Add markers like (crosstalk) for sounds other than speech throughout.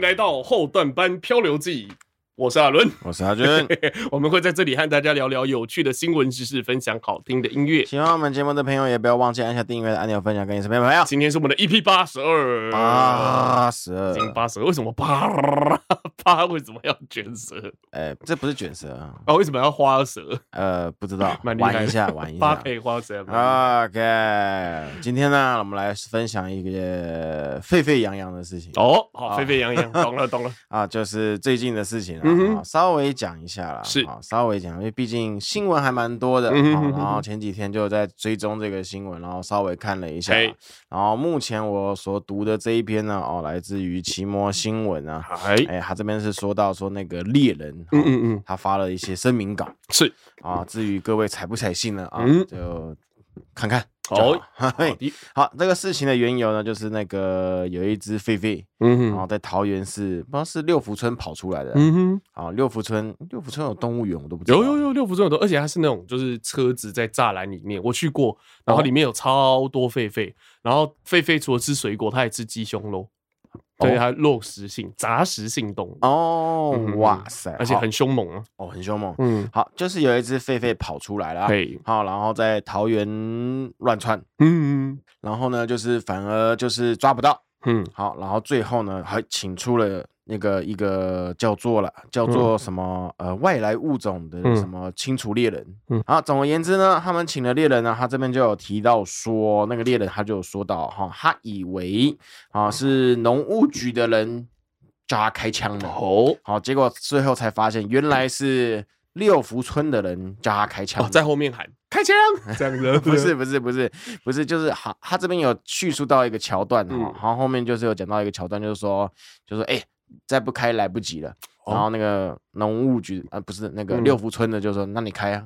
来到《后段班漂流记》，我是阿伦， (laughs) 我是阿军。我们会在这里和大家聊聊有趣的新闻知识，分享好听的音乐。喜欢我们节目的朋友，也不要忘记按下订阅的按钮，分享给你身边的朋友。啊今天是我们的 EP 八十二，八十已二，经八十二，为什么八八为什么要卷舌？哎，这不是卷舌啊，啊，为什么要花舌？呃，不知道，蛮厉害的玩一下，玩一八下可。以花舌吗？啊 OK，今天呢，我们来分享一个沸沸扬扬的事情哦，好，啊沸沸扬扬，懂了懂了，啊，就是最近的事情啊嗯哼啊，稍微讲一下啦，是啊，稍微讲，因为毕竟新闻还蛮多的，嗯哼啊哼哼然后前几天就在追踪这个新闻，然后稍微看了一下嘿，然后目前我所读的这一篇呢，哦，来自于奇摩新闻啊，哎，哎，他这边是说到说那个猎人，嗯嗯嗯嗯，嗯，他发了一些声明稿是，啊，至于各位采不采信呢啊嗯，哦就看看。好就好， (laughs) 好嘿的，好，这个事情的缘由呢，就是那个有一只狒狒，嗯然后哼，在桃园市不知道是六福村跑出来的嗯哼。啊，六福村六福村有动物园我都不知道，有有有六福村有多，而且它是那种就是车子在栅栏里面，我去过，然后哦里面有超多狒狒，然后狒狒除了吃水果，它也吃鸡胸肉，对，它肉食性、杂食性动物，哦嗯嗯，嗯哇塞，而且好很凶猛啊。哦很凶猛，嗯，好，就是有一只狒狒跑出来了啊，对，好，然后在桃园乱窜，嗯然后呢就是反而就是抓不到，嗯好，然后最后呢，还请出了那个一个叫做了叫做什么、呃外来物种的嗯什么清除猎人。嗯好，总而言之呢，他们请了猎人呢，他这边就有提到说，那个猎人他就有说到哈、他以为啊是农务局的人叫他开枪的，哦，好，结果最后才发现原来是六福村的人叫他开枪哦，的。在后面喊开 (laughs) 枪这样子，不是不是不是不是，就是好，他这边有叙述到一个桥段哈，嗯然后后面就是有讲到一个桥段，就是说，就是说，哎、再不开来不及了。哦然后那个农务局啊、呃不是那个嗯六福村的，就说、那你开啊，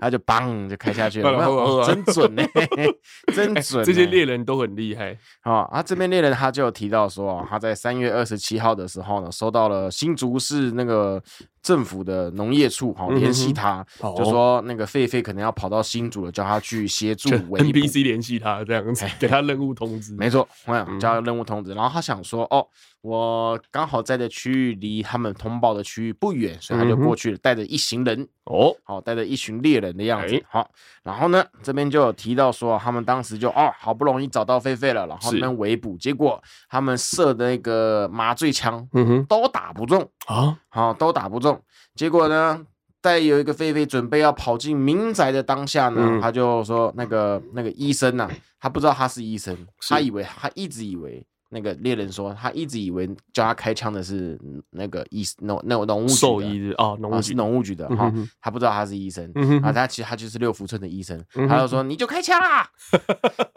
他就梆就开下去 (laughs) 了，好了好了好了哇真准呢、 (laughs) 真准、啊欸这些猎猎人都很厉害，啊，他这边猎人他就有提到说，啊他在三月二十七号的时候呢，收到了新竹市那个政府的农业处哈、嗯哼联系他，哦就说那个狒狒可能要跑到新竹了，叫他去协助就围捕。 NPC 联系他这样子，给他任务通知。没错，我想叫任务通知，然后他想说，哦，我刚好在的区域离他们通报的区域不远，所以他就嗯哼过去了，带着一行人，哦，好、带着一群猎人的样哎子，好、然后呢，这边就有提到说，他们当时就哦，好不容易找到狒狒了，然后是那边围捕，结果他们射的那个麻醉枪嗯哼，都打不中，啊，好、都打不中。结果呢，在有一个狒狒准备要跑进民宅的当下呢，嗯他就说那个那个医生呐、他不知道他是医生，是他以为他一直以为。那个猎人说，他一直以为叫他开枪的是那个医农农农务局的兽医的啊，农啊务是局，农务局的嗯哈、哼哼他不知道他是医生、嗯哼啊，哼他其实他就是六福村的医生，嗯哼他就说你就开 (laughs) 枪啦，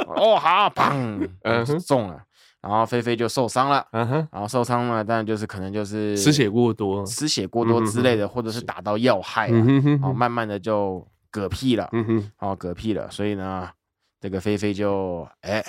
哦好，砰，嗯哼中了，然后菲菲就受伤了，嗯哼，然后受伤了，当然就是可能就是失血过多，失血过多之类的，或者是打到要害嗯了，哼哼哦，哼，慢慢的就嗝屁了，嗯哼，哦嗝屁了，所以呢，这个菲菲就哎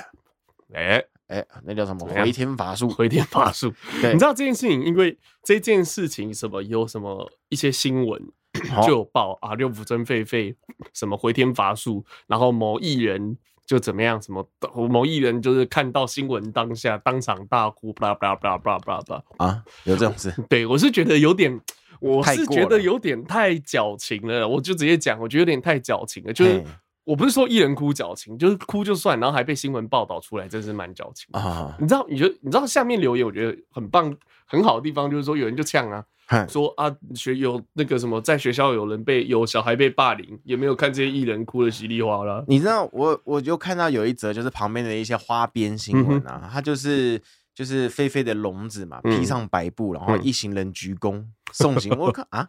哎，哎那叫什么怎么样回天乏术，回天乏术。嗯 (laughs) 对你知道这件事情，因为这件事情什么有什么一些新闻 (coughs) 好就有报啊，六福真狒狒什么回天乏术，然后某艺人就怎么样，什么某艺人就是看到新闻当下当场大哭，巴拉巴拉巴拉巴拉巴拉巴拉。啊，有这种事，对我是觉得有点。我太是过觉得了有点太矫情了，我就直接讲，我觉得有点太矫情了。就是嘿我不是说艺人哭矫情，就是哭就算，然后还被新闻报道出来，真是蛮矫情的。啊，你知道，你觉得你知道下面留言，我觉得很棒、很好的地方，就是说有人就呛啊，哼说啊学有那个什么，在学校有人被有小孩被霸凌，也没有看这些艺人哭的稀里哗啦。 (laughs) 你知道我我就看到有一则就是旁边的一些花边嗯新闻啊，它就是就是菲菲的笼子嘛，嗯披上白布，然后嗯一行人鞠躬送行。我看 (laughs) 啊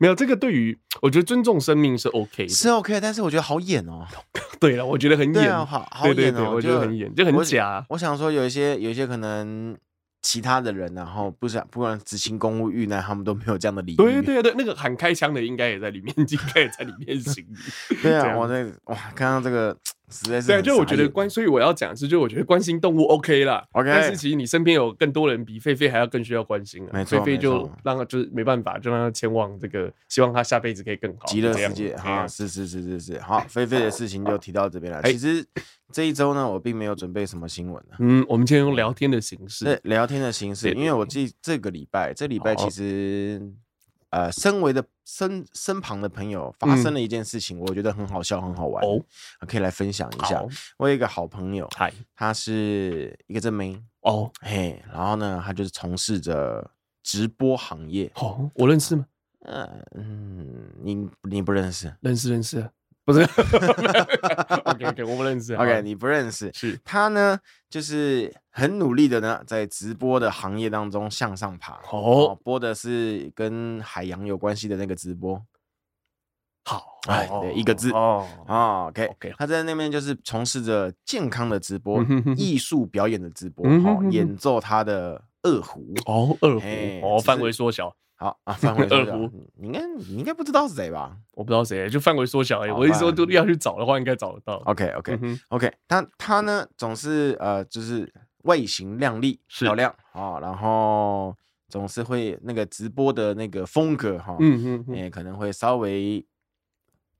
没有这个，对于我觉得尊重生命是 OK 的。是 OK，但是我觉得好演哦，对了，我觉得很对演，啊，好好对对演对，哦，我觉就得很演，就很我嗯假啊。我想说有一些有一些可能其他的人，然后不想不管执行公务遇难，他们都没有这样的礼遇。对对对，那个 (laughs) (laughs) 喊开枪的应该也在里面，应该也在里面行。对这啊，样我在哇，看到这个实在是对啊，很就我傻觉得眼关，所以我要讲的是，就我觉得关心动物 OK 啦 OK 但是其实你身边有更多人比狒狒还要更需要关心啊。没错狒狒没就错让他就是没办法，就让他前往这个，希望他下辈子可以更好。极乐这样世界对啊哈，是是是是是，好，菲菲的事情就提到这边了。哎其实这一周呢，我并没有准备什么新闻 (laughs) 呢，嗯，我们今天用聊天的形是式，聊天的形式，对哦因为我记这个礼拜，这礼拜好其实。呃，身为的身身旁的朋友发生了一件事情，我觉得很好笑，很好玩，嗯哦，可以来分享一下好。，我有一个好朋友，嗨，她是一个正妹，哦，嘿，然后呢，她就是从事着直播行业。好，我认识吗？呃嗯，你你不认识认识，认识啊，不是？OK (laughs) OK，我不认识啊。 ？OK，你不认识。是她呢，就是很努力的呢，在直播的行业当中向上爬。哦，播的是跟海洋有关系的那个直播。好，哎对一个字哦，哦，OK OK 他在那边就是从事着健康的直播嗯哼哼哼、艺术表演的直播，嗯哼哦哼，哼演奏他的二胡。哦，二嘿胡，哦，只范是围缩小，好 (laughs) 啊，范围二缩小胡，你应该你应该不知道是谁吧我不知道谁，就范围缩小而已。好我一说范都要去找的话，应该找得到。 ？OK OK 嗯哼 OK，他他呢总是呃就是外形靓丽是漂亮啊、哦然后总是会那个直播的那个风格哈，也、嗯嗯可能会稍微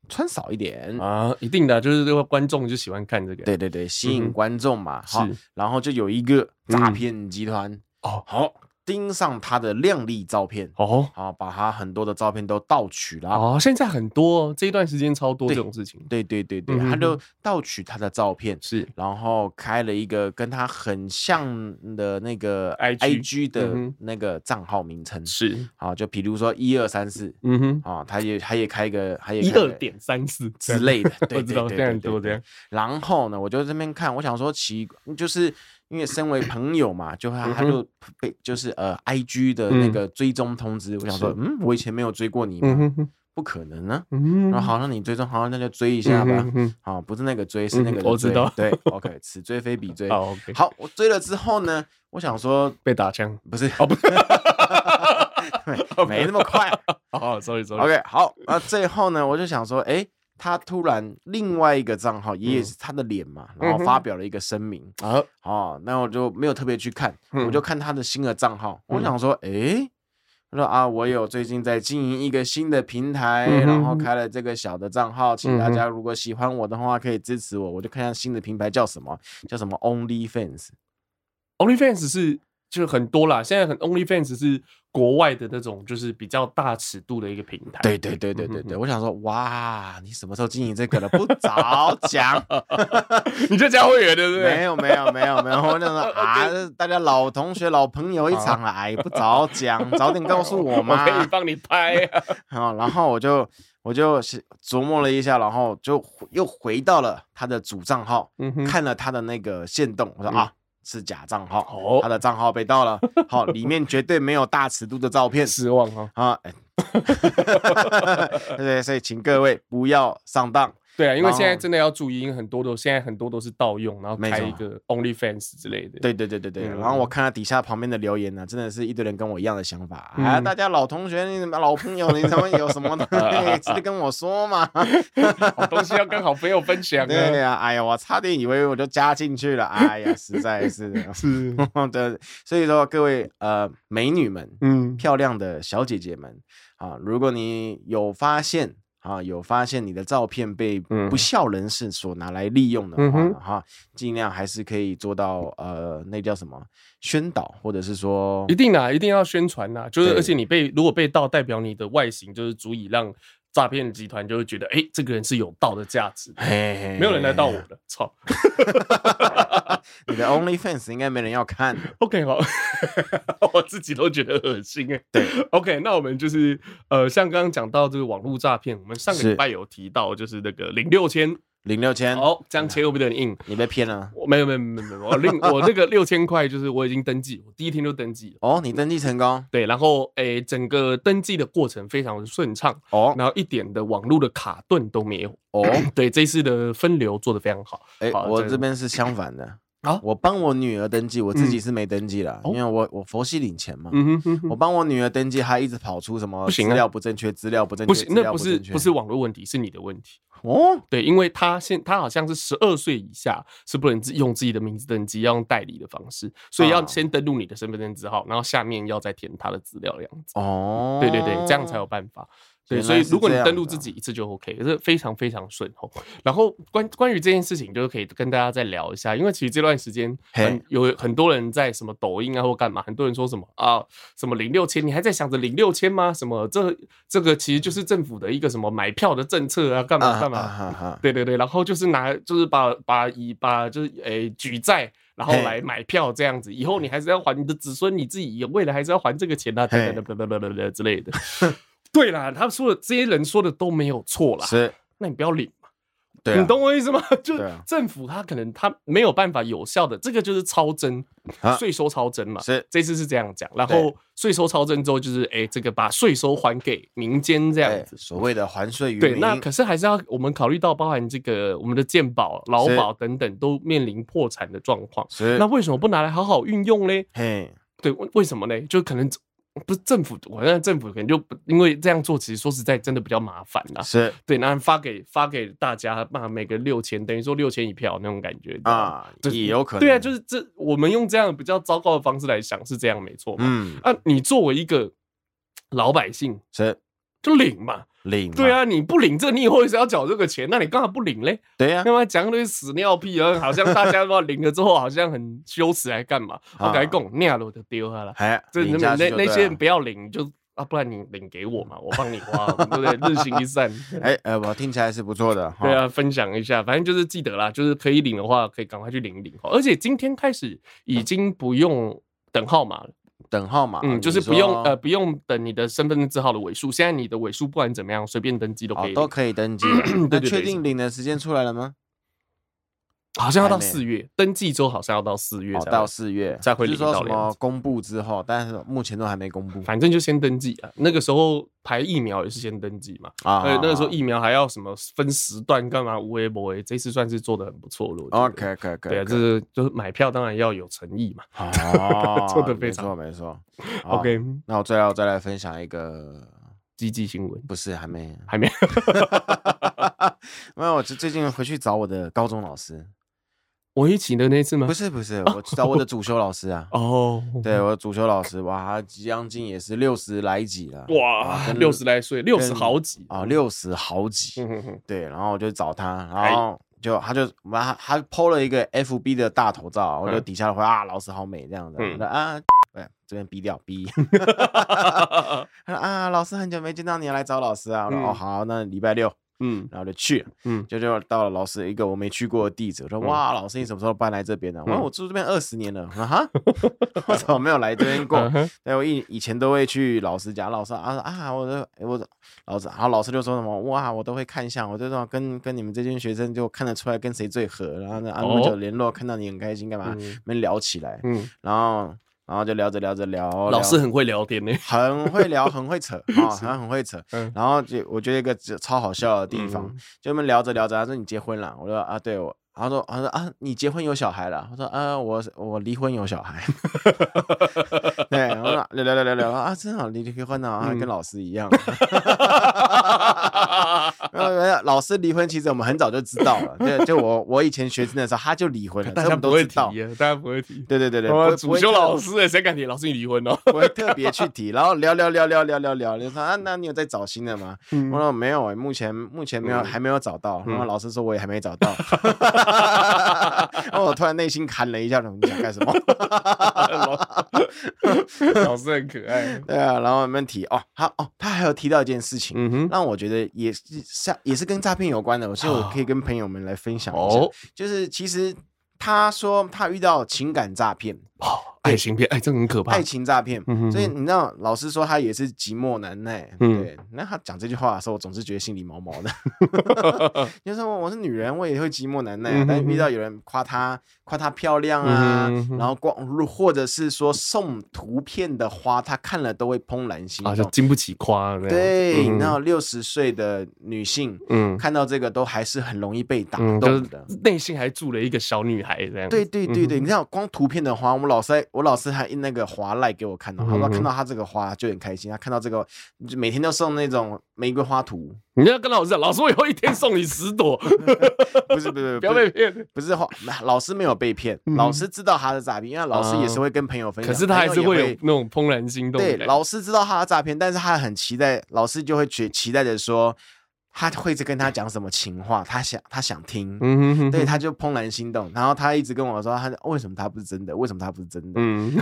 穿少一点嗯，啊，一定的，就是这个观众就喜欢看这个。对对对，吸嗯引哼观众嘛哈、是然后就有一个诈嗯骗集团哦好、盯上他的靓丽照片，哦好、把他很多的照片都盗取了。哦，现在很多哦这一段时间超多这对种事情。对对对对，嗯他哼就盗取他的照片，是然后开了一个跟他很像的那个 IG 嗯的哼那个账号名称，是，好，就比如说一二三四嗯哼，啊，他也他也开一个，他也一开二个点三四之，类的，这样对我知道现在对对对很多对这样。然后呢，我就这边看，我想说奇，嗯就是因为身为朋友嘛，就他他嗯哼就被就是呃，I G 的那嗯个追踪通知，我想说是，嗯，我以前没有追过你嗯吗？哼哼，不可能啊。嗯然后好，那你追踪，好，那就追一下吧。嗯哼啊，不是那个追，是那嗯个的我知追道对，OK，此追非彼 (laughs) 追哼。好，OK，好，我追了之后呢，我想说，被打 (laughs) 枪。不是，哦，不 (laughs) 没没那么快。哦，sorry sorry。 OK，好，那最后呢，我就想说，哎，他突然另外一个账号，也嗯是他的脸嘛，然嗯后哼发表了一个声明。好，哦，那我就没有特别去看，我嗯就看他的新的账号，我嗯想说，诶，我说啊，我有最近在经营一个新的平台，嗯哼然后哼开了这个小的账号，请大嗯哼家如果喜欢我的话，可以支持我。我就看一下新的平台叫什么，叫什么 OnlyFans。 OnlyFans 是就是很多啦，现在很 OnlyFans 是国外的那种，就是比较大尺度的一个平台。对对对对嗯对对，嗯我想说，哇，你什么时候经营这个了？不 (laughs) 早讲。嗯 (laughs) 你就加会员对不没对？有没有没有没有，我想 (laughs) 说啊，这大家老同学老朋友一好场了，哎，不早讲，早点告诉我嘛。 (laughs) 我可以帮你拍 (laughs) 啊。好，然后我就我就是琢磨了一下，然后就回又回到了他的主账号，嗯哼看了他的那个限动，我说、嗯啊，是假账号，哦他的账号被盗了，好，里面绝对没有大尺度的照片失望哦。啊。哎 (laughs) 对，所以请各位不要上当。对啊，因为现然在后真的要注意，因为很多都现在很多都是盗用，然后没开错一个 OnlyFans 之类的。对对对对对。嗯然后我看到底下旁边的留言呢、真的是一堆人跟我一样的想法。哎呀，嗯啊大家老同学，你怎么老朋友，你怎么有什么 (laughs) 的， (laughs) 直接跟我说嘛。 (laughs) 好东西要跟好朋友分享 (laughs) 对啊。。呀、哎呀，我差点以为我就加进去了，哎呀，实在是的是， (laughs) 对，所以说各位呃美女们、嗯，漂亮的小姐姐们啊，如果你有发现啊，有发现你的照片被嗯不孝人士所拿来利用的嗯话哼呢，哈、尽量还是可以做到呃，那叫什么宣导，或者是说一定啊啦，一定要宣传啦。就是对而且你被如果被盗，代表你的外形就是足以让诈骗集团就会觉得，哎，这个人是有盗的价值的。哎嘿没有人来盗我，的，操。你的 OnlyFans 应该没人要看。 OK，好， (laughs) 我自己都觉得恶心哎。对，OK，那我们就是呃，像刚刚讲到这个网络诈骗，我们上个是礼拜有提到，就是那个零六千，零六千，哦，这样切又不是很硬。你被骗了我没有没有没有没有，我另我那个六千块就是我已经登记，我第一天就登记了。哦，你登记 (laughs) 成功对，然后诶，整个登记的过程非常的顺畅，哦然后一点的网络的卡顿都没有。哦，对，这一次的分流做得非常好。哎、好我个这边是相反的，啊我帮我女儿登记，我自己是没登记了，哦因为我我佛系领钱嘛。嗯哼哼哼我帮我女儿登记，她一直跑出什么不资行啊料不正确，资料不正确，不行，资那料不是正确，不是网络问题，是你的问题。哦，对，因为他现他好像是十二岁以下是不能自用自己的名字登记，要用代理的方式，所以啊要先登录你的身份证字号，然后下面要再填他的资料的样子。哦，对对对，这样才有办法。对，原所以来是如果你这样登录的啊自己一次就 OK，这非常非常顺哦。然后关关于这件事情，就是可以跟大家再聊一下，因为其实这段时间嘿很有很多人在什么抖音啊或干嘛，很多人说什么啊什么零六千，你还在想着零六千吗？什么这这个其实就是政府的一个什么买票的政策啊，干嘛干嘛。哈哈对对对，然后就是拿，就是把把以把就是诶、举债，然后嘿来买票这样子，以后你还是要还你的子孙，你自己未来还是要还这个钱啊，嘿等等等等等等等之类的。 (laughs) 对啦，他说的这些人说的都没有错啦，是，那你不要领嘛，对啊，你懂我意思吗？ (laughs) 就对啊政府他可能他没有办法有效的，这个就是超征啊，税收超征嘛。是这次是这样讲，然对后税收超征之后就是，诶，这个把税收还给民间这样对子，哎所谓的还税于对，民那可是还是要我们考虑到，包含这个我们的健保、劳是保等等都面临破产的状况。是那为什么不拿来好好运用嘞？嘿对，为为什么呢？就可能不是政府，我那政府可能就不因为这样做，其实说实在真的比较麻烦啦。是对，那发给发给大家，那每个六千，等于说六千一票那种感觉。啊，这也有可能对啊，就是是这我们用这样比较糟糕的方式来想是这样没错嘛。嗯那、你作为一个老百姓，是就领嘛。领嘛对，啊，你不领这，你以后也是要缴这个钱，那你干嘛不领嘞？对啊呀干嘛讲那些屎尿屁啊？好像大家都领了之后，好像很羞耻，还干嘛？我啊赶紧讲，尿了我就丢他了。哎，这领那下那去就那对些了人不要领，就啊，不然你领给我嘛，我帮你花，对不对？日行一 (laughs) 善。哎哎，我听起来是不错的，哈对，啊，分享一下，反正就是记得啦，就是可以领的话，可以赶快去领一领哦。而且今天开始已经不用等号码了，等号码，嗯，你就是不用说呃不用等你的身份证字号的尾数，现在你的尾数不管怎么样随便登记都可好以领，哦都可以登 (clears throat) 记了对，那对对确定领的时间出来了吗？好像要到还没四月，登记之后好像要到四月哦，才到会四月才会就是领说到什的样么子公布之后，但是目前都还没公布反正就先登记啊。那个时候排疫苗也是先登记嘛，啊而且那个时候疫苗还要什么分时段干嘛无微不微，这次算是做的很不错了。我觉得 OK OK OK，对啊，就是就是买票当然要有诚意嘛。哦 (laughs) 做得非常 (laughs) 没错没错。好 OK，那我最后再来分享一个，积极新闻不是 (laughs) 还没，还没没有，我最最近回去找我的高中老师，我一起的那次吗？不是不是，我去找我的主修老师啊。 (laughs) 哦，对，我的主修老师，哇，他将近也是六十来几了，啊哇，跟六十来岁，六十跟好几。啊，六十好几嗯，哼哼对，然后我就找他，哎然后就他就他他 PO 了一个 FB 的大头照，我就嗯底下的话啊，老师好美这样子，嗯我说啊，哎，这边逼掉逼， (laughs) 他说啊，老师很久没见到你，来找老师啊，我说哦嗯好，那礼拜六， (laughs) 嗯然后就去了，嗯，就就到了老师一个我没去过的地址，我说嗯哇，老师你什么时候搬来这边呢？我说嗯我住这边二十年了，我说哈， (laughs) 我怎么没有来这边过？嗯哼对，我以以前都会去老师家，老师啊啊，我的我的老师，然后老师就说什么哇，我都会看相，我就说跟跟你们这群学生就看得出来跟谁最合，然后呢，啊那么久哦联络，看到你很开心，干嘛？嗯我们聊起来，嗯，然后然后就聊着聊着聊，老聊师很会聊天 (laughs) 呢。很会聊，很会 (laughs) 扯啊，好像很会扯。嗯然后就我觉得一个超好笑的地方嗯，就我们聊着聊着，他说你结婚了，我说啊，对我。他说：“他说啊，你结婚有小孩了？”我说：“啊，我我离婚有小孩。” (laughs) 对，然后聊聊聊聊聊啊，真好，离离婚了啊，嗯跟老师一样。 (laughs) 没有没有，老师离婚其实我们很早就知道了。对，就我我以前学生的时候，他就离婚了， (laughs) 大这家我们不都会知提道。啊，大家不会提。对对对对，不哇会不主会修特老师欸，谁敢提老师你离婚哦？ (laughs) 不会特别去提，然后聊聊聊聊聊聊聊，就说啊，那你有在找新的吗？我说没有、欸，目前目前没有，嗯还没有找到。然后嗯老师说我也还没找到， (laughs) 然后我突然内心砍了一下，你想 (laughs) 干什么？ (laughs) 老老师很可爱。对啊，然后我们提哦，他哦，他还有提到一件事情。嗯哼，让我觉得也是像也是跟诈骗有关的，所以我可以跟朋友们来分享一下。哦就是其实他说他遇到情感诈骗，哦爱情片，哎，这个很可怕爱。情诈骗嗯哼。所以你知道，老师说他也是寂寞难耐。嗯对，那他讲这句话的时候，我总是觉得心里毛毛的。 (laughs) 就说我是女人，我也会寂寞难耐、啊嗯哼，但是遇到有人夸她，夸她漂亮啊，嗯哼然后光如或者是说送图片的花，她看了都会怦然心啊，动。就经不起夸那样。对，嗯然后六十岁的女性、嗯看到这个都还是很容易被打嗯，就动是的。内心还住了一个小女孩这样。对对对嗯对，你知道光图片的花，我们老师还我老师还印那个花赖给我看哦到，他嗯说哼看到他这个花就很开心，他看到这个就每天都送那种玫瑰花 (laughs) 图，你要跟老师讲，老师我以后一天送你十 (laughs) 朵，不是不是不要被骗。不是花，老师没有被骗，嗯老师知道他的诈骗，因为老师也是会跟朋友分享，可是他还是朋友会也有那种怦然心动的对感觉。老师知道他的诈骗，但是他很期待，老师就会觉期待着说他会跟他讲什么情话，他想他想听。嗯哼哼，对，，他就怦然心动，然后他一直跟我说，他为什么他不是真的？为什么他不是真的？嗯，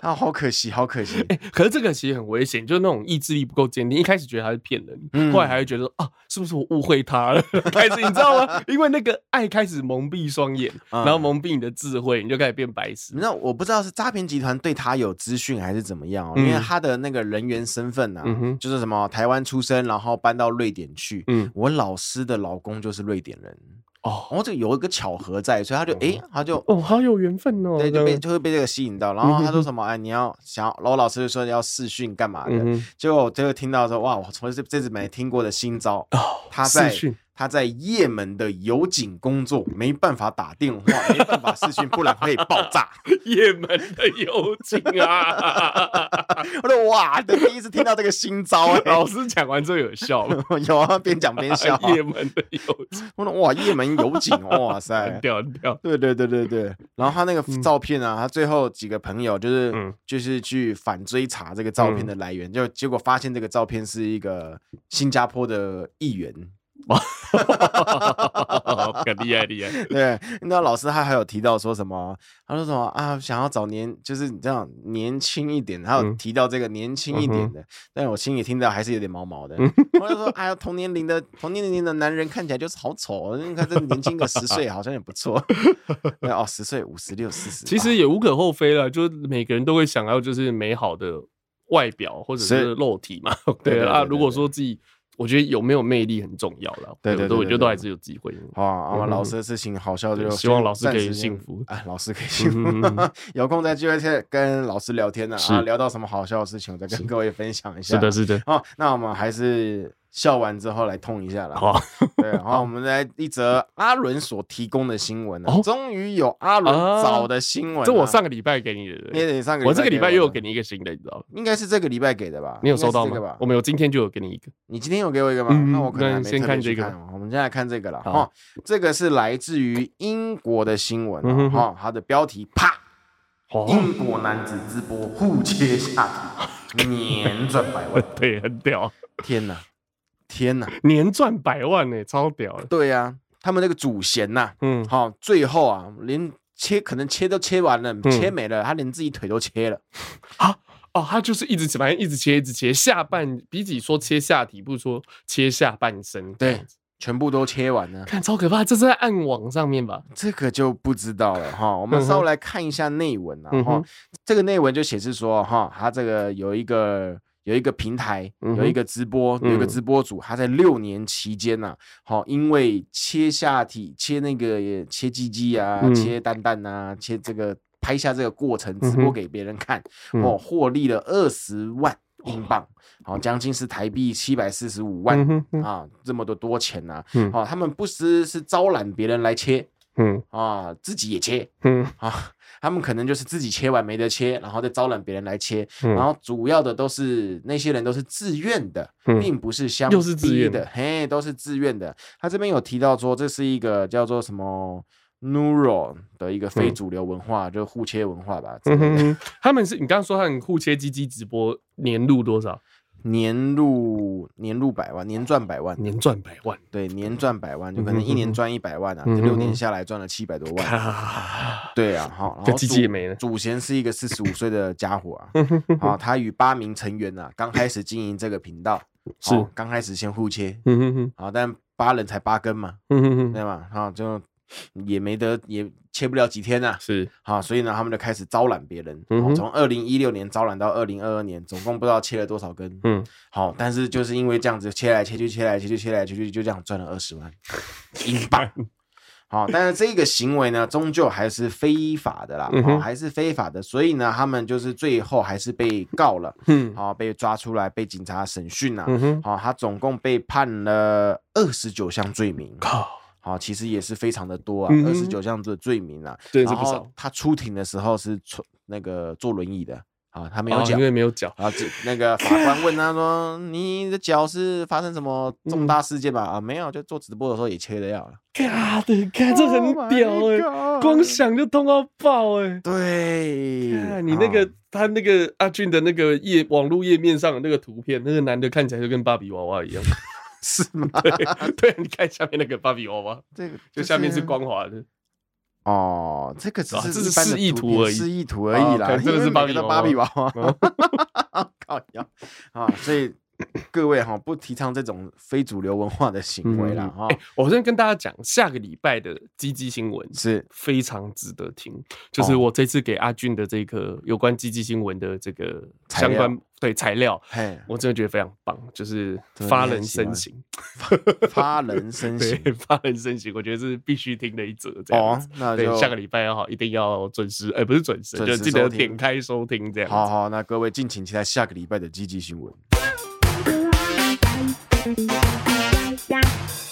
啊，好可惜，好可惜。可是这个其实很危险，就是那种意志力不够坚定，一开始觉得他是骗人，嗯后来还会觉得啊，是不是我误会他了？ (laughs) 开始你知道吗？因为那个爱开始蒙蔽双眼，嗯然后蒙蔽你的智慧，你就开始变白痴。那我不知道是诈骗集团对他有资讯还是怎么样、哦，嗯因为他的那个人员身份啊，嗯哼就是什么台湾出生，然后搬到瑞典去。嗯，我老师的老公就是瑞典人，哦然后这个有一个巧合在，所以他就诶，他就哦，好有缘分哦，对就这被样就会被这个吸引到。然嗯后哼他说什么哎，你要想要，然后我老师就说要试训干嘛的，嗯哼结果我就听到说哇，我从这这次没听过的新招，哦，他视在讯他在也门的油井工作，没办法打电话，没办法视讯，不然会爆炸。也门的幽静 (laughs) 啊。我说哇，这第一次听到这个新招 (laughs) 哎、老师讲完之后有笑吗？ (laughs) 有啊，边讲边笑啊、也门的幽静，我说哇，夜门油井，哇很塞。屌很屌。 (laughs) 对对对对对，然后他那个嗯照片啊，他最后几个朋友就是、嗯就是去反追查这个照片的来源，就结果发现这个照片是一个新加坡的议员。很厉害厉害，对，那老师他还有提到说什么？他说什么啊？想要找年，就是你这样年轻一点，还有嗯提到这个年轻一嗯点哼嗯的，但我心里听到还是有点毛毛的。我就说，哎呀，同年龄的同年龄的男人看起来就是好丑，你看这年轻个十岁好像也不错。对哦，十岁、五十六、四十，其实也无可厚非了，就是每个人都会想要就是美好的外表或者是是肉体 (laughs) 嘛。对对对对啊，对如果对说自己，我觉得有没有魅力很重要了。对对对我对觉得都对还是有机会的。啊，啊，嗯老师的事情好笑对就希望老师暂可以时先幸福啊，老师可以幸嗯嗯嗯福， (laughs) 有空再聚会再跟老师聊天呢是啊，聊到什么好笑的事情，我再跟各位分享一下。是的，是的，哦，那我们还是笑完之后来痛一下了。好，(laughs) 对，然后我们来一则阿伦所提供的新闻哦啊，终于有阿伦啊找的新闻啊。这我上个礼拜给你的，你也得上个，我这个礼拜又有给你，你一个新的，你知道吗？应该是这个礼拜给的吧？你有应该收是到这个吗吧？我们有今天就有给你一个，你今天有给我一个吗？嗯那我可能还那没先特看别去这个看哦。我们先来看这个了好哈、哦，这个是来自于英国的新闻哈、嗯哦哼哼哈它的标题啪，哦，英国男子直播互切下 (laughs) 体，年赚百万！对，很屌，天哪，天哪！年赚百万呢，超屌的。对呀、啊他们那个祖先呐、嗯，好、最后啊，连切可能切都切完了，切没了，他连自己腿都切了。啊哦，他就是一直反正一直切，一直切下半，比起说切下体，不如说切下半身。对，全部都切完了，看超可怕，这是在暗网上面吧？这个就不知道了哈。我嗯们哼稍微来看一下内文啊嗯哈、哼这个内文就显示说哈，他这个有一个有一个平台，嗯哼嗯有一个直播，有一个直播主，他在六年期间呐、好，因为切下体、切那个切鸡鸡啊、嗯切蛋蛋啊、切这个拍下这个过程，直嗯哼播给别人看，嗯哦，获利了二十万英镑，好、将近是台币七百四十五万、嗯哼嗯啊，这么多多钱呐、嗯哦，他们不只是招揽别人来切嗯啊，自己也切嗯啊，他们可能就是自己切完没得切，然后再招揽别人来切，嗯然后主要的都是那些人都是自愿的，嗯，并不是相又是自逼愿的，嘿，都是自愿的。他这边有提到说，这是一个叫做什么 neuro 的一个非嗯主流文化，就互切文化吧之类嗯的。哼哼， (laughs) 他们是你刚刚说他们互切鸡鸡直播年入多少？年入年入百万，年赚百万，年赚百万，对，年赚百万，就可嗯哼能嗯一年哼赚一百万啊，嗯这六哼年哼下来赚了七百多万，啊，对啊，好，然这后鸡鸡也主 (laughs) 没了。祖贤是一个四十五岁的家 (laughs) 伙啊，啊，他与八名成员啊，刚开始经营这个频 (laughs) 道，是哦刚开始先互切嗯哼哼啊，但八人才八根嘛，嗯哼哼对吧？啊，就也没得也切不了几天呐、是好，所以呢，他们就开始招揽别人。嗯嗯哼从二零一六年招揽到二零二二年，总共不知道切了多少根。嗯，好、但是就是因为这样子切来切去，切来切去，切来切去，就这样赚了二十万嗯英镑。好、但是这个行为呢，终究还是非法的啦，嗯哦，哼还是非法的。所以呢，他们就是最后还是被告了，嗯好、哦被抓出来，被警察审讯啊。嗯哼，好、他总共被判了二十九项罪名。靠，好、其实也是非常的多啊嗯，二十九项的罪名啊。真的是然不后少他出庭的时候是坐那个坐轮椅的啊，他没有啊脚因。为没有脚，然后这那个法官问他说：“你的脚是发生什么嗯重大事件吧？”啊，没有，就做直播的时候也切了药了。嘎的，你看 (laughs) 这很 Oh my 屌哎、 God 光想就痛到爆哎、对看，哎你那个、啊他那个阿俊的那个页网络页面上的那个图片，那个男的看起来就跟芭比娃娃一 (laughs) 样。是吗？ (laughs) 对，对，你看下面那个芭比娃娃，这个就下面是光滑的。哦，这个只啊是这是一般的示意图图片而已示意图而已啊啦可。能真的因为是每芭个比都娃哦芭比娃娃娃，靠腰啊！所以各位哈，不提倡这种非主流文化的行为啦哈哎。我先跟大家讲，下个礼拜的鸡鸡新闻是非常值得听，就是哦我这次给阿俊的这个有关鸡鸡新闻的这个材相料关对材料，嘿，我真的觉得非常棒，就是真的发你很人喜深欢省。发人深省。 (laughs) 对，发人深省，我觉得是必须听的一则这样哦子。，那对就，下个礼拜要好，一定要准时，哎、不是准时，准就时记得收听点开收听这样子。好好，那各位敬请期待下个礼拜的积极新闻。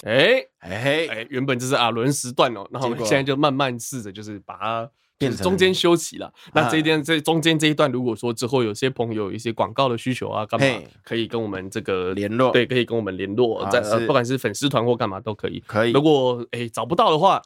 哎、哎哎、嘿，原本这是阿伦时段哦，然后我们结果现在就慢慢试着，就是把它变就是成啊中间休息了。那这一段这中间这一段，如果说之后有些朋友有一些广告的需求啊，干嘛嘿可以跟我们这个联络对，可以跟我们联络，啊在、呃是不管是粉丝团或干嘛都可以。可以如果哎、找不到的话，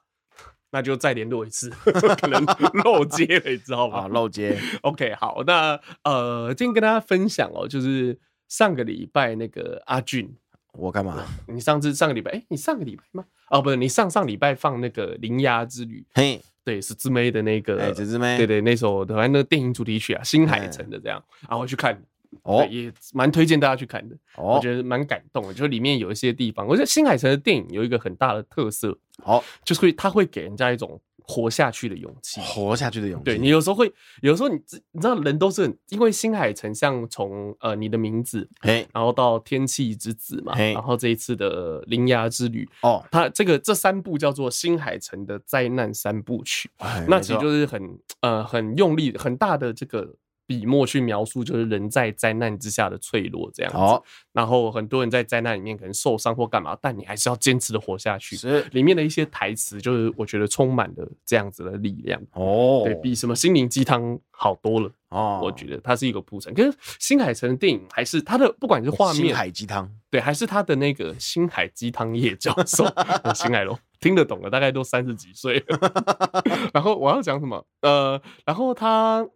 那就再联络一次， (laughs) 可能漏接了，你知道吗？啊，漏接 OK，好，那呃，今天跟大家分享哦，就是上个礼拜那个阿俊，我干嘛？你上次上个礼拜，哎、你上个礼拜吗？哦，不是，你上上礼拜放那个《铃芽之旅》，嘿，对，是姊妹的那个，哎，子子妹，呃对对，那首台湾的电影主题曲啊，新海诚的这样，啊，我去看，哎哦对也蛮推荐大家去看的，我哦，觉得蛮感动的，就是里面有一些地方，我觉得新海诚的电影有一个很大的特色，好，就是会它会给人家一种活下去的勇气。活下去的勇气。对你有时候会，有时候你知你知道人都是很，因为新海诚像从呃你的名字，嘿，然后到天气之子嘛，嘿然后这一次的铃芽之旅，哦，它这个这三部叫做新海诚的灾难三部曲，哎那没其实错就是很呃很用力很大的这个笔墨去描述，就是人在灾难之下的脆弱这样子。好，然后很多人在灾难里面可能受伤或干嘛，但你还是要坚持的活下去。是里面的一些台词，就是我觉得充满了这样子的力量。哦，对比什么心灵鸡汤好多了，哦，我觉得它是一个铺陈。可是新海诚的电影还是它的，不管是画新面，哦海鸡汤，对，还是他的那个新海鸡汤叶教 (laughs) 授呃新海龙听得懂了，大概都三十几岁 (laughs) 了。然后我要讲什么？呃，然后他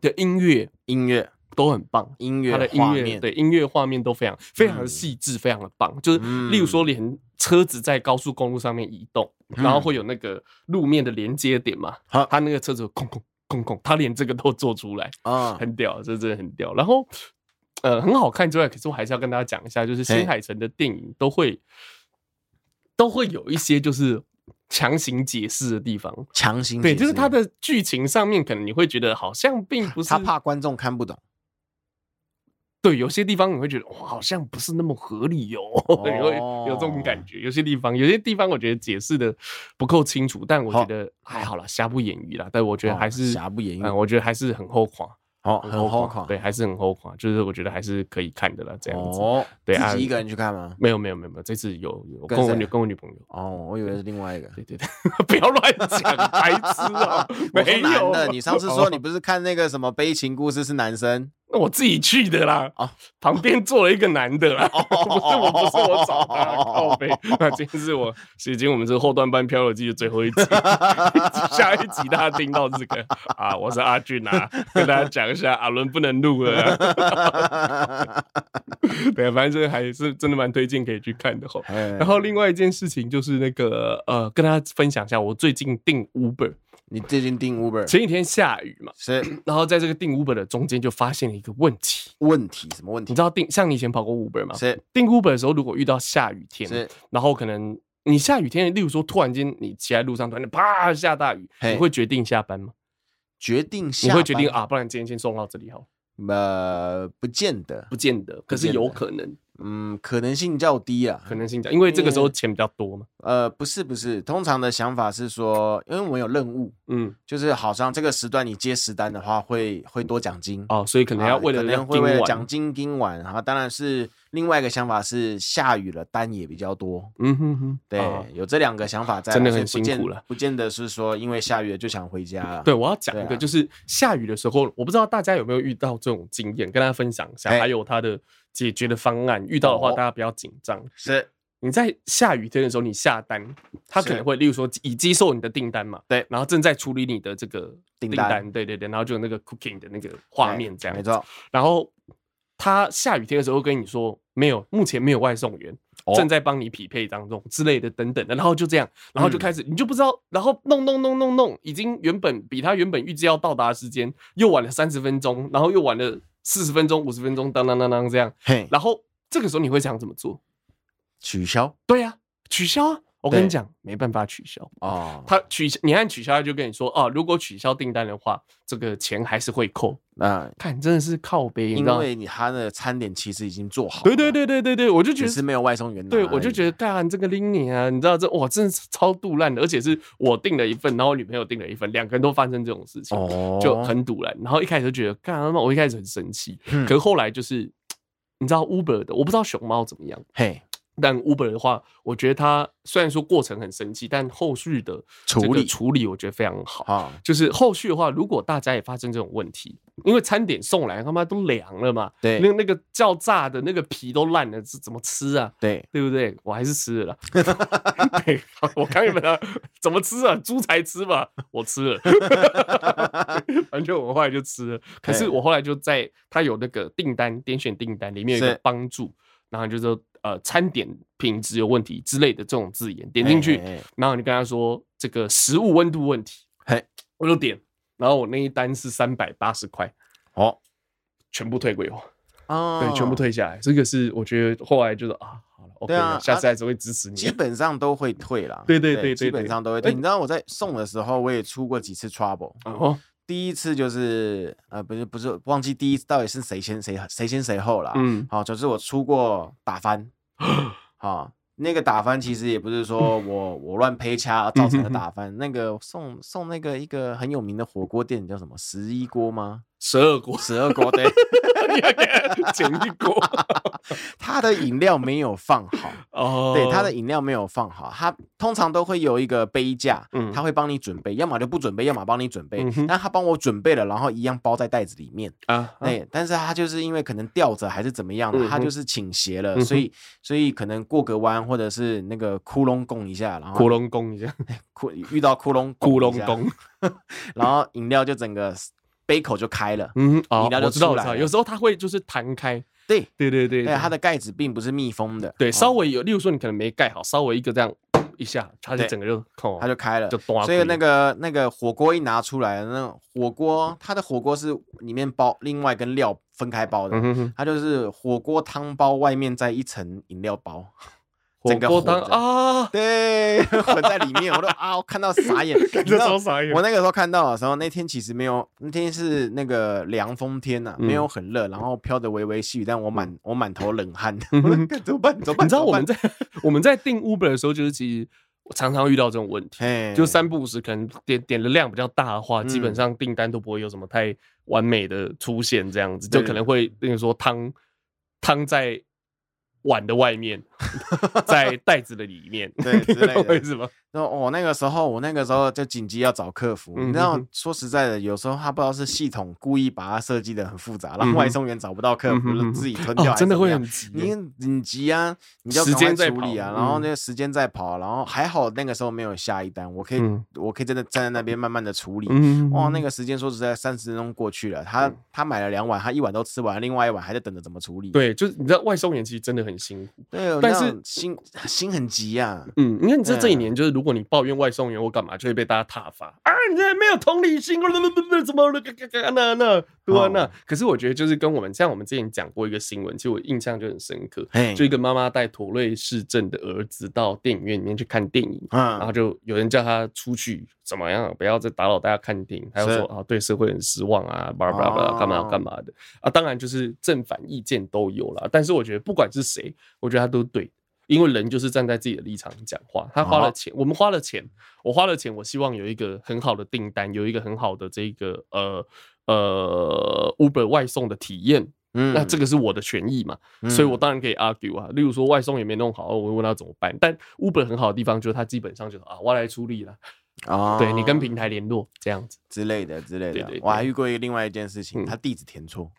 的音乐音乐，都很棒。音他乐的音画乐面，对音乐画面都非常非常的嗯细致，非常的棒。就是嗯例如说，连车子在高速公路上面移动，然后嗯会有那个路面的连接点嘛，好他那个车子空空空空，他连这个都做出来，啊，很屌，这真的很屌。然后，呃，很好看之外，可是我还是要跟大家讲一下，就是新嘿海诚的电影都会都会有一些就是强行解释的地方。强行对，嗯解就是释它的剧情上面，可能你会觉得好像并不是他怕观众看不懂，对，有些地方你会觉得哇，好像不是那么合理哦， (laughs) 你会有这种哦感觉。有些地方，有些地方我觉得解释的不够清楚，但我觉好得还好啦，瑕不掩瑜啦。但我觉得哦还是瑕不掩瑜嗯我觉得还是很后垮，哦，很疯狂，对，还是很后垮，就是我觉得还是可以看的啦，这样子。哦，对啊自己一个人去看吗？没有没有没有没有，这次有有跟跟我谁女跟我女朋友。哦，我以为是另外一个。对对对， (laughs) 不要乱讲，白痴啊！我说没有 (laughs) 男的，你上次说你哦不是看那个什么悲情故事是男生？那我自己去的啦，哦旁边坐了一个男的啦，哦不是我不是我找的啊，哦靠背。那今天是我，是今天我们这个后段班漂流记的最后一 (laughs) 集，下一集大家听到这个啊，我是阿俊啊，跟大家讲一下，阿伦不能录了啊、 (laughs) 对，反正这个还是真的蛮推荐可以去看的吼。然然后另外一件事情就是那个呃，跟大家分享一下，我最近订 Uber，你最近订 Uber 前几天下雨嘛，是然后在这个订 Uber 的中间就发现了一个问题，问题什么问你题？知道订像你以前跑过 Uber 吗？是订 Uber 的时候，如果遇到下雨天，是然后可能你下雨天，例如说突然间你骑在路上，突然间啪下大雨，嘿你会决定下班吗？决定下你班，会决定啊，不然今天先送到这里好了，呃，不见得，不见得，可是见得有可能，嗯，可能性较低啊。可能性讲，因为这个时候钱比较多嘛。呃，不是不是，通常的想法是说，因为我们有任务，嗯，就是好像这个时段你接十单的话会，会多奖金。哦，所以可能要啊为了可要能会盯为了完奖金盯完，然后当然是另外一个想法是下雨了单也比较多，嗯哼哼，对，哦有这两个想法在啊，真的所以很不辛见苦了不见得是说因为下雨了就想回家了。对，我要讲对一啊个，就是下雨的时候，我不知道大家有没有遇到这种经验，跟大家分享一下，哎还有它的解决的方案。遇到的话，哦大家不要紧张。是，你在下雨天的时候，你下单，它可是能会，例如说已接受你的订单嘛，对然后正在处理你的这个订订单单，对对对，然后就有那个 cooking 的那个画哎面这样，没。错，然后他下雨天的时候会跟你说，没有，目前没有外送员，哦正在帮你匹配当中之类的等等的，然后就这样，然后嗯就开始、你就不知道，然后弄弄弄弄弄，已经原本比他原本预计要到达的时间又晚了三十分钟，然后又晚了四十分钟、五十分钟，当当当当这样，嘿，然后这个时候你会想怎么做？取消对呀、取消啊！我跟对你讲，没办法取消。哦，他取消，你按取消，他就跟你说哦、如果取消订单的话，这个钱还是会扣。那看，真的是靠背，你知因道吗为你他的餐点其实已经做好了，对对对对对对，我就觉只是得，没有外送员拿而已，对我就觉得，干这个拎你啊，你知道这哇，真的是超杜烂的，而且是我订了一份，然后我女朋友订了一份，两个人都发生这种事情，哦，就很堵烂。然后一开始就觉得，干他妈，我一开始很生气，嗯可是后来就是，你知道 Uber 的，我不知道熊猫怎么样，嘿但 Uber 的话，我觉得它虽然说过程很生气，但后续的这个处理处理，我觉得非常好。好就是后续的话，如果大家也发生这种问题，因为餐点送来他妈都凉了嘛，对那那个叫炸的那个皮都烂了，这怎么吃啊？对，对不对？我还是吃 (laughs) 了啦。对，我刚原本要怎么吃啊？猪才吃吧，我吃了。 (laughs) 反正我后来就吃了。可是对我后来就在他有那个订单点选订单里面有一个是帮助，然后就说呃餐点品质有问题之类的这种字眼，点进去嘿，嘿然后你跟他说这个食物温度问题，嘿，我就点，然后我那一单是三百八十块，哦全部退给我，哦，对，全部。退下来。这个是我觉得后来就是啊，好了，OK，对啊了下次啊还是会支持你基的。本上都会退啦，对对对对基本对上都会哎退。你知道我在送的时候，我也出过几次 trouble。哦，第一次就是呃，不是不是，忘记第一次到底是谁先谁谁先谁后了。嗯，好、总之我出过打 (gasps) 翻，好、那个打翻其实也不是说我我乱胚掐造成的 (laughs) 打翻，那个送送那个一个很有名的火锅店叫什么十一锅吗？十二 (laughs) 国，十二锅 (laughs) 对，你要给他减一国它的饮料没有放好， (laughs) 哦。对，它的饮料没有放好，它通常都会有一个杯架，嗯它会帮你准备，要么就不准备，要么帮你准备嗯。哼但它帮我准备了，然后一样包在袋子里面。啊，啊哎、但是它就是因为可能吊着还是怎么样的，它嗯就哼是倾斜嗯了，哼所以所以可能过个弯或者是那个窟窿拱一下，然后窟窿宫一 (laughs) 下，窟遇到窟窿窟一窿下，宫，然后饮料就整个杯口就开了。嗯，哦饮料，就我知道，出我来知道，了有时候它会就是弹开，对对对对，对，它的盖子并不是密封的，对哦稍微有，例如说你可能没盖好，稍微一个这样一下，它就对整个就，哦它就开了就。断，所以那个那个火锅一拿出来，那种火锅它的火锅是里面包另外跟料分开包的，嗯哼哼，它就是火锅汤包外面再一层饮料包， (laughs) 火整个锅火汤着啊，对，混在里面，我都啊，我看到 (laughs) 傻眼， (laughs) 你知这道超傻眼我那个时候看到的时候，那天其实没有，那天是那个凉风天呐、嗯没有很热，然后飘着微微细雨，但我满我满头冷 (laughs) 汗，嗯我说哼干怎么办？怎么办？你知道怎么我办们在 (laughs) 我们在订 Uber 的时候，就是其实我常常遇到这种问题，嘿，就三不五时，可能点点的量比较大的话，基本嗯上订单都不会有什么太完美的出现，这样子就对可能会，例如说汤汤在碗的外 (laughs) 面，在袋子的里面，对之类的为什么？然后我、哦那个时候，我那个时候就紧急要找客服。你知道嗯哼，说实在的，有时候他不知道是系统故意把它设计的很复杂，让嗯哼外送员找不到客嗯服，哼就哼自己吞掉哦还，是真的怎么会样很急你耶。很很急啊，你就要时赶快间在处理啊，跑然后嗯那个时间在跑，然后还好那个时候没有下一单，我可以、嗯我可以真的站在那边慢慢的处理。嗯哇，那个时间说实在，三十分钟过去了，他、他买了两碗，他一碗都吃完，另外一碗还在等着怎么处理。对，就是你知道外送员其实真的很辛苦。对，但那是种心 (laughs) 心很急啊，嗯，因为你这这一嗯年就是，如果你抱怨外送员或干嘛，就会被大家挞伐啊！你这没有同理心，怎么那那对啊哦那？可是我觉得就是跟我们像我们之前讲过一个新闻，其实我印象就很深刻，嘿就一个妈妈带妥瑞市政的儿子到电影院里面去看电影，然后嗯，就有人叫他出去怎么样，不要再打扰大家看电影。他就是说啊，对社会很失望啊，巴拉巴拉巴拉，干哦嘛干嘛的啊。当然就是正反意见都有啦，但是我觉得不管是谁，我觉得他都对，因为人就是站在自己的立场讲话。他花了哦钱，我们花了钱，我花了钱，我希望有一个很好的订单，有一个很好的这个呃呃 Uber 外送的体验。那那这个，个是我的权益嘛？所以嗯我当然可以 argue 啊。例如说外送也没弄好，我会问他怎么办。但 Uber 很好的地方就是它基本上就是啊，我来出力了，啊，对你跟平台联络这样子。之类的之类对的对。我对还遇过一个另外一件事情，嗯他地址填错。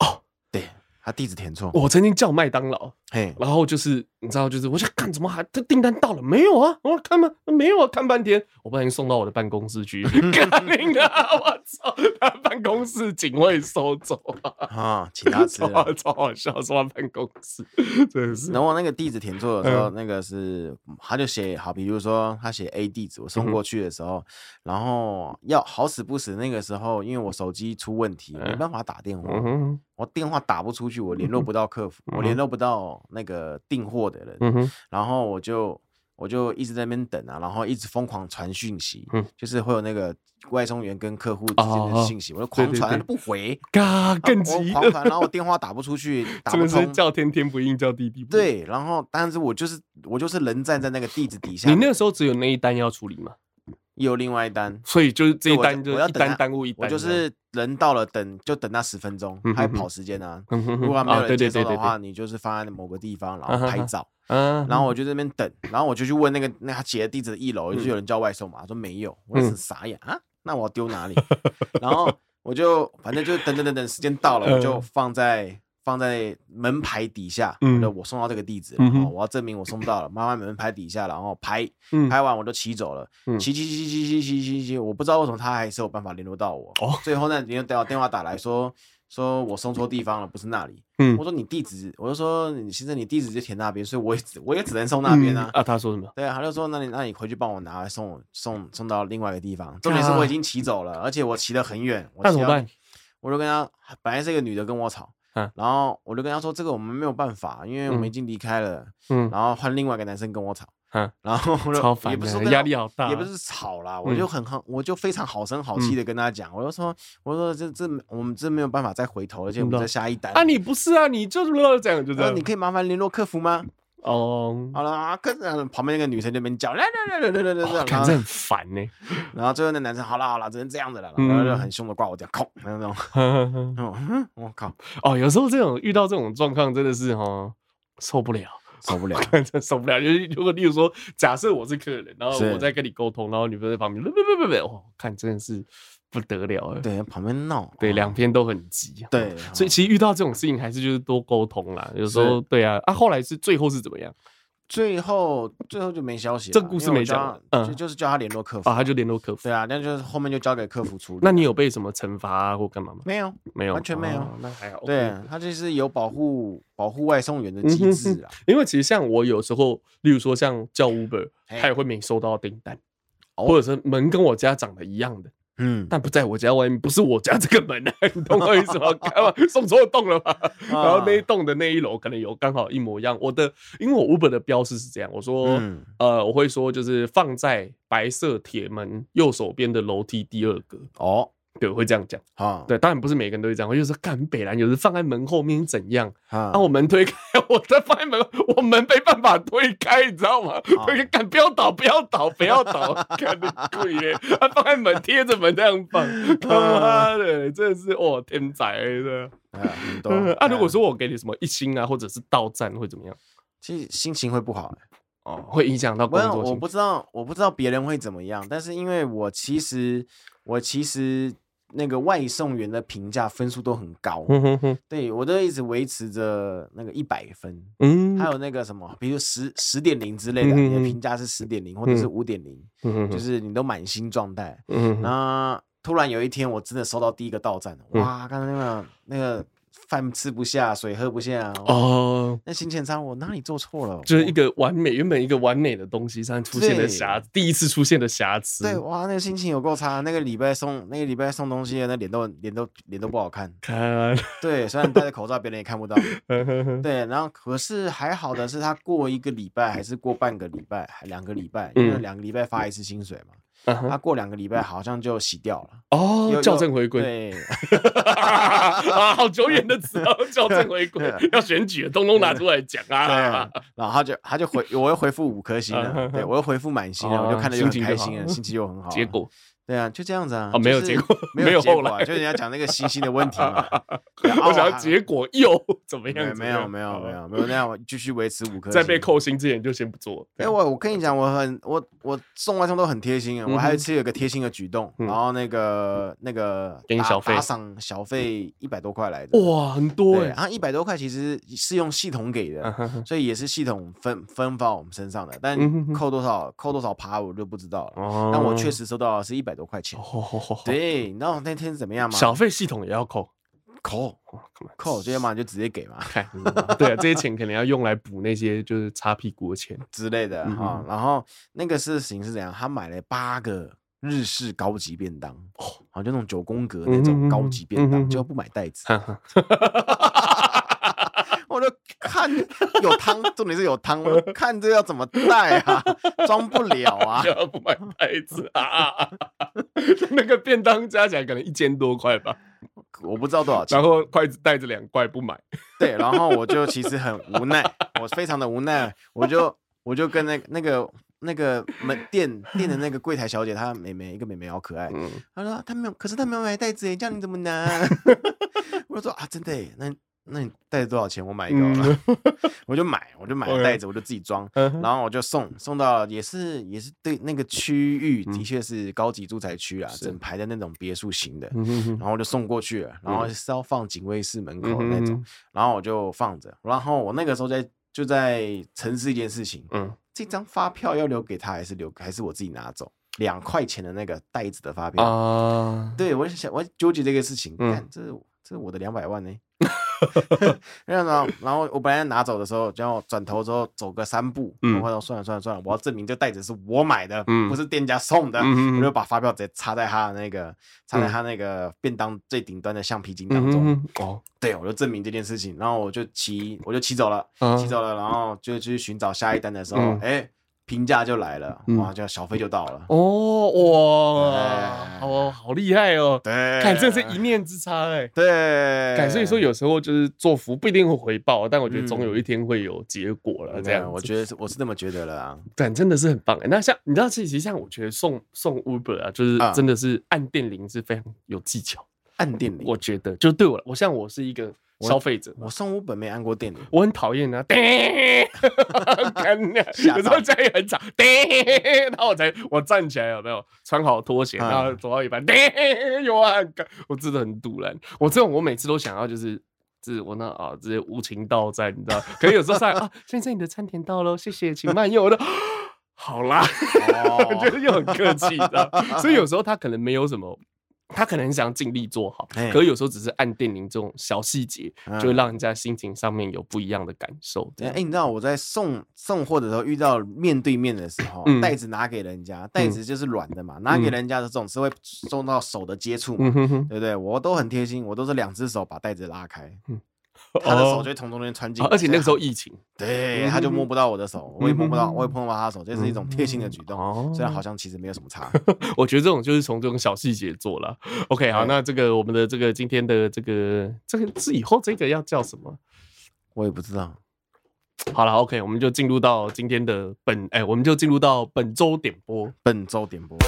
哦，对他地址填错。我曾经叫麦当劳，嘿，然后就是你知道，就是我就看怎么还这订单到了没有啊？我看吗？没有啊，看半天，我不小心送到我的办公室 (laughs) 去，干你啊！我操，他办公室警卫收走啊！啊，请他吃 (laughs) 超了。好超好笑，说他办公室真的是然后我那个地址填错的时候，嗯那个是他就写好，比如说他写 A 地址，我嗯哼送过去的时候，然后要好死不死那个时候，因为我手机出问题，没嗯办法打电话，嗯哼我电话打不出去，我联络不到客服，我嗯联络不到那个订货的人，嗯哼 (laughs) 然后我就我就一直在那边等啊，然后一直疯狂传讯息，嗯就是会有那个外送员跟客户之间哦的信息，我就狂对传，对他都不回，嘎啊更我急，(laughs) 狂传，然后我电话打不出去，打真不的是通。叫天天不应，叫地地不应。对，然后但是我就是我就是人站在那个地址底下，你那个时候只有那一单要处理嘛，有另外一单，所以就是这一对我单就就我要一等单他耽误一我单这就样，是人到了等就等那十分钟嗯，还哼哼跑时间啊。嗯哼哼，如果还没啊有人对接对收对的对话，对，你就是放在某个地方，然啊后哈拍哈照。嗯然后我就在那边等，然后我就去问那个那他写的地址的一楼，就有人叫外送嘛，他说没有，我就嗯很傻眼啊，那我要丢哪里？ (laughs) 然后我就反正就等等等等，时间到了，我就嗯放在放在门牌底下，嗯我就我送到这个地址了，嗯哼哦我要证明我送到了，妈妈门牌底下，然后拍嗯拍完我就骑走了嗯，骑骑骑骑骑骑骑骑，我不知道为什么他还是有办法联络到我哦，最后呢，联络电电话打来说说我送错地方了，不是那里。嗯我说你地址，我就说你先生你地址就填那边，所以我也只我也只能送那边啊。啊，他说什么？对啊，他就说那你那你回去帮我拿来送我送送到另外一个地方。重点是我已经骑走了，而且我骑得很远。我啊那怎么骑到办？我就跟他，本来是一个女的跟我吵，嗯然后我就跟他说这个我们没有办法，因为我们嗯已经离开了，嗯然后换另外一个男生跟我吵，嗯然后我就超也烦不是说的跟他压力好大嗯也不是吵啦，我就很好，我就非常好声好气的跟他讲，我就说我说这这我们真没有办法再回头，而且我嗯们啊在下一单啊，你不是啊，你就是要这样，就这那样呃你。可以麻烦联络客服吗？哦，好了啊，客呃旁边那个女生就在那边叫，来来来来来来来，哇然看后这很烦呢。 (laughs) 然后最后那男生好了好了，只能这样子了，嗯然后就很凶的挂我电话，靠，那种，嗯，我靠，哦，有时候这种遇到这种状况真的是哦 (laughs) 受不了。 (laughs) 受不了，真受不了。就是如果例如说，假设我是客人，然后是我在跟你沟通，然后女朋友在旁边，不不不不，哦，看真的是不得了。啊对，旁边闹，对，哦两边都很急。，啊对，所以哦其实遇到这种事情，还是就是多沟通啦。有时候对啊，啊，后来是最后是怎么样最后最后就没消息了，这故事因为我没讲叫他嗯就就是叫他联络客服啊？，他就嗯联络客服对。啊，那就是后面就交给客服处理，那你有被什么惩罚啊或干嘛吗？没有？没有，完全没有哦那还好。对，，啊他就是有保护保护外送员的嗯机哼制啊，因为其实像我有时候，例如说像叫 Uber，嘿他也会没收到订单，哦或者是门跟我家长得一样的。嗯，但不在我家外面，不是我家这个门啊，你懂我意思吗？干嘛送错栋了 (laughs) 吧？ (laughs) 啊然后那一栋的那一楼可能有刚好一模一样。我的，因为我 Uber 的标示是这样，我说，嗯呃，我会说就是放在白色铁门右手边的楼梯第二格，哦，对，我会这样讲。好，对，当然不是每个人都会这样，我就说干北兰，有时放在门后面怎样？啊啊，我门推开， (laughs) 我在放在门，我门没办法推开，你知道吗？啊我就干不要倒，不要倒，不要倒， (laughs) 干的鬼耶！他放在门贴着门这样放，他妈的，真的是哇天才欸的。啊很多嗯 (laughs) 啊，如果嗯说我给你什么一星啊，或者是到站会怎么样？其实心情会不好欸。哦，会影响到工我作我性不知道，我不知道别人会怎么样，但是因为我其实我其实那个外送员的评价分数都很高，嗯哼哼，对我都一直维持着那个一百分，嗯，还有那个什么，比如十十点零之类的，你的嗯嗯嗯评价是十点零或者是嗯五点零，有就是你都满心状态。嗯哼那突然有一天，我真的收到第一个到站了，嗯哇，刚才那个那个饭吃不下，水喝不下。哦，哦，那新前餐我哪里做错了？就是我一个完美，原本一个完美的东西，上出现了对瑕，第一次出现的瑕疵，对哇，那个心情有够差。那个礼拜送那个礼拜送东西的，那脸都脸都脸都不好看。看，对，虽然戴着口罩，别人也看不到。嗯对，然后可是还好的是，他过一个礼拜还是过半个礼拜，还两个礼拜，因为嗯两个礼拜发一次薪水嘛。啊哈他过两个礼拜好像就洗掉了，哦又，校又正回归，对， (laughs) 啊，好久远的词哦，校正回归对，要选举了，通通拿出来讲啊对，然后他就他就回，我又回复五颗星啊哈了，对我又回复满星了，我哦就看着就心情很就开好心了，心情又很好。结，果对啊，就这样子啊哦，，没有就结是果，没没有有结后果啊，来就是你要讲那个星星的问题嘛。啊 (laughs) 我想要果结果又 (laughs) 怎么样？哦没有没有没有没有没有那样，我继续维持五颗星。在被扣薪之前就先不做。哎、我我跟你讲，我很我我送外送都很贴心啊，我嗯还哼有一次有一个贴心的举动，嗯然后那个那个给你打小费打赏小费一百多块来的，哇，很多对，啊哎然，后一百多块其实是用系统给的，啊哈哈所以也是系统分分发我们身上的，但嗯哼哼扣多少扣多少趴我就不知道了，哦但我确实收到的是一百多块钱。哦吼吼吼吼对，你知道那天是怎么样吗？小费系统也要扣，扣哇干嘛扣，这些嘛你就直接给嘛看， (laughs) 对啊，这些钱可能要用来补那些就是擦屁股的钱。之类的嗯哈哼。然后那个事情是怎样？他买了八个日式高级便当，哦好像就那种九宫格嗯那哼种哼高哼级嗯便哼当，就哼不买袋子。 (laughs) (laughs) 哈哈我就看有汤，重点是有汤，我 (laughs) 就看这要怎么带啊？装不了啊！ (laughs) 要不买袋子啊啊！啊 (laughs) 啊啊那个便当加起来可能一千多块吧，我不知道多少钱然。后筷子带着两块不买，对，然后我就其实很无奈，我非常的无奈，我就我就跟那那个那个门店店的那个柜台小姐，她妹妹一个妹妹好可爱，嗯，她说她没有，可是她没有买袋子耶，这样你怎么拿？ (laughs) 我就说啊，真的耶，那那你袋子多少钱？我买一个好了，嗯 (laughs) 我就买，我就买了 OK 袋子，我就自己装。然然后我就送送到，也是也是对那个区域的嗯确是高级住宅区啊，是整排的那种别墅型的，嗯然后我就送过去了，然后嗯是要放警卫室门口的那嗯种，然后我就放着，然后我那个时候在就在沉思一件事情，嗯，这张发票要留给他，还是留还是我自己拿走？两块钱的那个袋子的发票，嗯啊，对我就想我在纠结这个事情，嗯看这是这是我的两 (laughs) 百万呢、然后，然后我本来拿走的时候，然后转头之后走个三步，嗯我想算了算了算了，我要证明这袋子是我买的，嗯不是店家送的，嗯我就把发票直接插在他的那个插在嗯他那个便当最顶端的橡皮筋当嗯中。嗯哦，对，我就证明这件事情，然后我就骑，我就骑走了，啊骑走了，然后就去寻找下一单的时候嗯，哎，评价就来了，嗯哇，就小费就到了。哦哇哎，哦，好厉害哦，对，看这是一念之差哎。对，感所以说有时候就是做福不一定会回报，但我觉得总嗯有一天会有结果了。嗯这样子，我觉得是我是这么觉得了啊。但真的是很棒哎、那像你知道，其实像我觉得送送 Uber 啊，就是啊真的是按电铃是非常有技巧。按电铃，我觉得，就对我来，我像我是一个我消费者嘛，我送五本没按过电铃，我很讨厌 (laughs) 啊，叮，干的，吓到有时候家里很吵， (laughs) 叮，然后我才我站起来有没有穿好拖鞋，啊然后走到一半， (laughs) 叮，有啊，干我真的很堵然。我这种我每次都想要就是。就是我那啊，直接无情到在，你知道？可是有时候上来啊，先生你的餐点到喽，谢谢，请慢用。我就 (gasps) 好啦，哦 (laughs) 就是又很客气的， (laughs) 所以有时候他可能没有什么，他可能很想尽力做好，哎可是有时候只是按电铃这种小细节，嗯就会让人家心情上面有不一样的感受。这 (laughs) 哎、样你知道我在送送货的时候遇到面对面的时候，嗯袋子拿给人家，袋子就是软的嘛，拿给人家的总是会送到手的接触嘛，嗯哼哼，对不对？我都很贴心，我都是两只手把袋子拉开，嗯他的手哦就会从中间穿进啊来、而且那个时候所以疫情，他，对，他就摸不到我的手，我也摸不嗯到，哼我也碰不到他的手，这是一种贴心的举动。哦虽然好像其实没有什么差， (laughs) 我觉得这种就是从这种小细节做了。OK，好，哎那这个我们的这个今天的这个这个是以后这个要叫什么？我也不知道。好了，OK，我们就进入到今天的本，哎，我们就进入到本周点播。本周点播，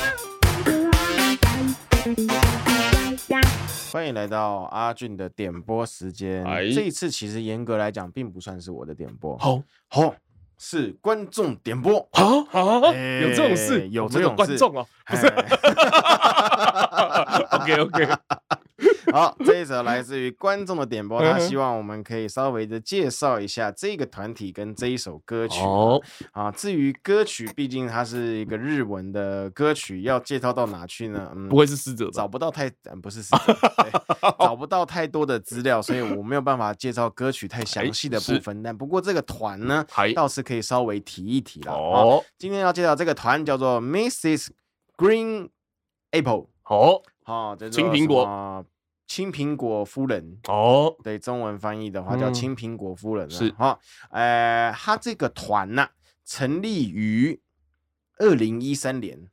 欢迎来到阿俊的点播时间。哎这一次其实严格来讲，并不算是我的点播，好，吼，是观众点播。啊啊！哎有这种事，有我这们有种观事 (laughs) 众哦，不是。哎 OK OK， (laughs) 好，这一则来自于观众的点播，他嗯希望我们可以稍微的介绍一下这个团体跟这一首歌曲。哦，啊，至于歌曲，毕竟它是一个日文的歌曲，要介绍到哪去呢？嗯不，会是死者找吧？不到太，呃不是死者对找不到太多的资料，所以我没有办法介绍歌曲太详细的部哎是分。但不过这个团呢，还倒是可以稍微提一提了。哦，哦今天要介绍这个团叫做 Mrs. Green Apple，哦哦，叫做青苹果什么，青苹果夫人。哦，对，中文翻译的话叫嗯青苹果夫人、啊是哈，呃，他这个团呐、成立于二零一三年，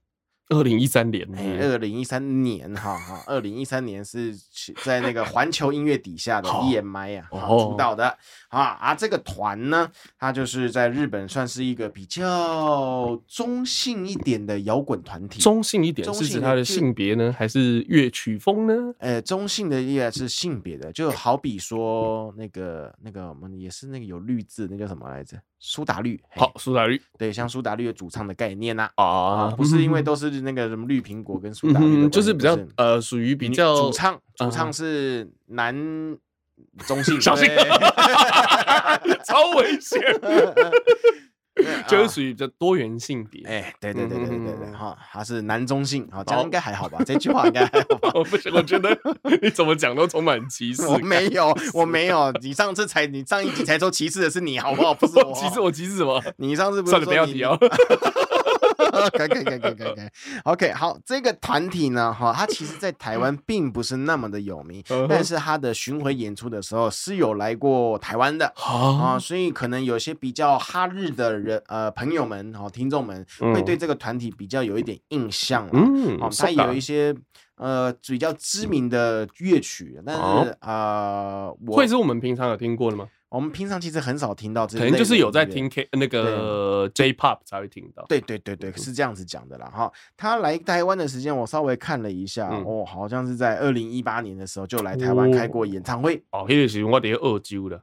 二零一三年，哎、2二零一三年哈哈，二零一三年是去在那个环球音乐底下的好 EMI 啊哈哦出道的啊啊，这个团呢，它就是在日本算是一个比较中性一点的摇滚团体，中性一点中是指性他的就性别呢，还是乐曲风呢？呃，中性的依然是性别的，就好比说那个那个我们也是那个有绿字，那叫什么来着？苏打绿。嘿好，，苏打绿对，像苏打绿的主唱的概念呐、哎啊，啊不是因为嗯都是那个什么绿苹果跟苏嗯打绿的关系、哼，就是比较都呃，属于比女较主唱，主唱嗯是男中性，小心对 (laughs) (laughs) 超危险， (laughs) 啊对就啊是属于比较多元性别。哎，对对对对对对，嗯哈，他是男中性，好，这样好应该还好吧？这句话应该还 (laughs) 好吧？ (laughs) 我不行，我觉 (laughs) 得你怎么讲都充满歧视。我没，有，我没有。你上次才，你上一集才说歧视的是你，好不好？不 (laughs) 是我。哦歧视我歧视什么？你上啊次不是算了，说不要你。提哦。(laughs) 可以可以可以可以可以。OK，好，这个团体呢，哈，它其实在台湾并不是那么的有名，嗯哼但是它的巡回演出的时候是有来过台湾的。啊、好，所以可能有些比较哈日的人，呃，朋友们，哦，听众们会嗯对这个团体比较有一点印象啦。嗯哦，，苏它打有一些呃比较知名的乐曲，但是哦呃，我会是我们平常有听过的吗？我们平常其实很少听到这，可能就是有在听。K 那个 J Pop 才会听到。对对对嗯对，是这样子讲的啦哈。他来台湾的时间，我稍微看了一下，嗯哦，好像是在二零一八年的时候就来台湾开过演唱会。哦，那个时候我在澳洲的，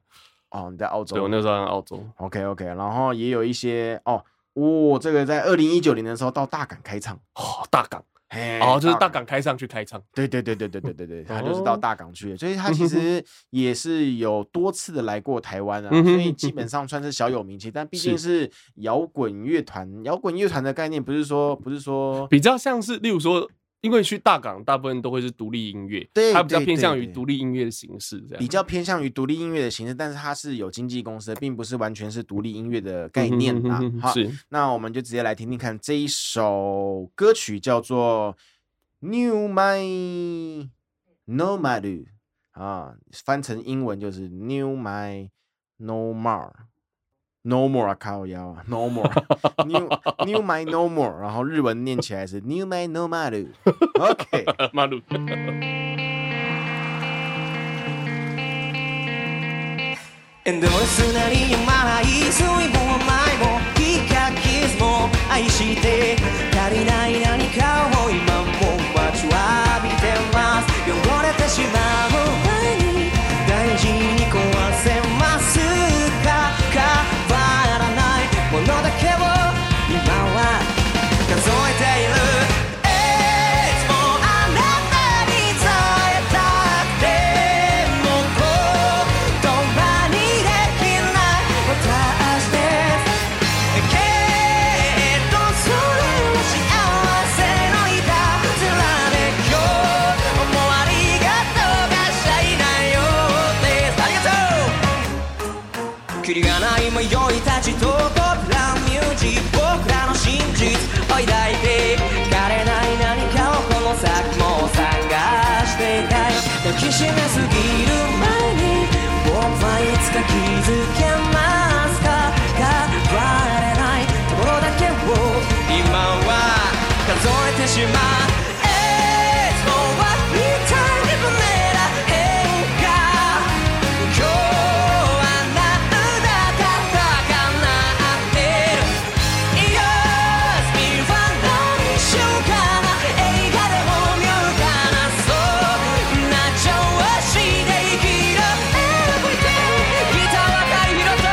哦，你在澳对洲我那时候在澳洲。 ？OK OK，然后也有一些哦，哦，这个在二零一九年的时候到大港开唱，哦，大港，嘿，哦，就是大，港开上去开唱。对对对对对对对对，他就是 (laughs) 到哦大港去的，所以他其实也是有多次的来过台湾啊，嗯哼所以基本上算是小有名气，但毕竟是摇滚乐团，摇滚乐团的概念不是说不是说比较像是，例如说，因为去大港大部分都会是独立音乐，对它比较对偏对向于对独立音乐的形式这样。比较偏向于独立音乐的形式，但是它是有经纪公司的，并不是完全是独立音乐的概念嗯啊哼哼哼。好，是那我们就直接来听听看这一首歌曲，叫做《New My No m a r 啊，翻成英文就是《New My No More》。No more 啊，靠腰啊，No more，new new my no more，然后日文念起来是 new my no more。OK， (laughs) 呃马路。エンドレスなりやまない水分も前も引っかき傷も愛して足りない何かを今も待ちわびてます汚れてしまう前に大事に壊せますか変わらないものだけを今は数えているいつもあなたに伝えたくてもう言葉にできない私ですけれどそれは幸せのいたずらで今日もありがとうがしちゃいないようですありがとうキリがない迷いたちと僕らのミュージック僕らの真実を抱いて枯れない何かをこの先も探していたい抱きしめすぎる前に僕はいつか気づけますか変われないところだけを今は数えてしまう It's more what we time 変化「今日あなただけのために」「いよ見は何しようかな」「映画でも見ようかな」「そんな調子で生きろ」「Everything ギターは大広と」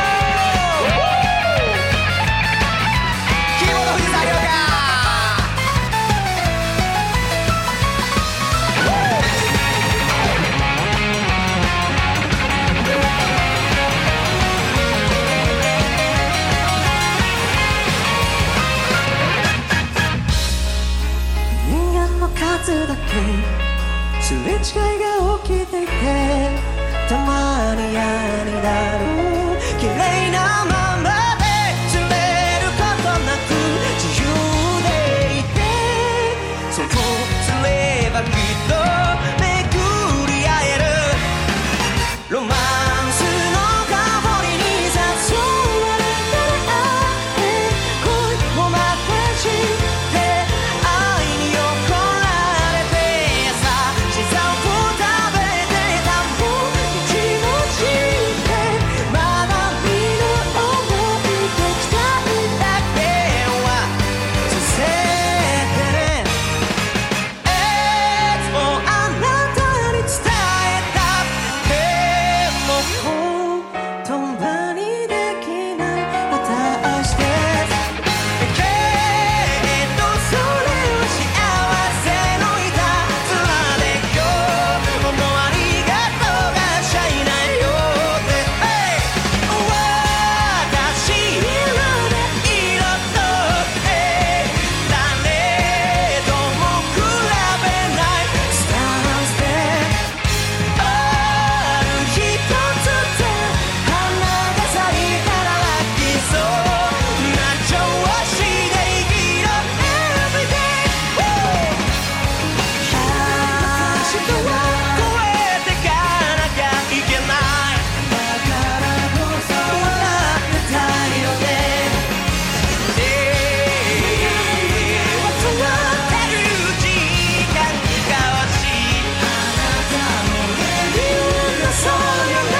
「キーボード藤沢涼香」「違いが起きていてたまに嫌になる綺麗なままで釣れることなく自由でいてそうすればきっと巡り合えるロマンスの香りに誘われたら恋も負けじて愛に怒られてさ自然を食べてたもん一度知ってまだ見ぬ思いできたいだけはさせてねいつもあなたに伝えたでも言葉にできない私ですけどそれは幸せのいたずらで今日もありがとうがしゃいないよって私色で彩って誰とも比べないスタンスである一つで花が咲いたらラッキーそうな調子で生きろ Everyday 明日は越えてかなきゃいけないだからこそ笑ってたいよね「忘れてる時間に交わし」「あなたもレビューなそうよね」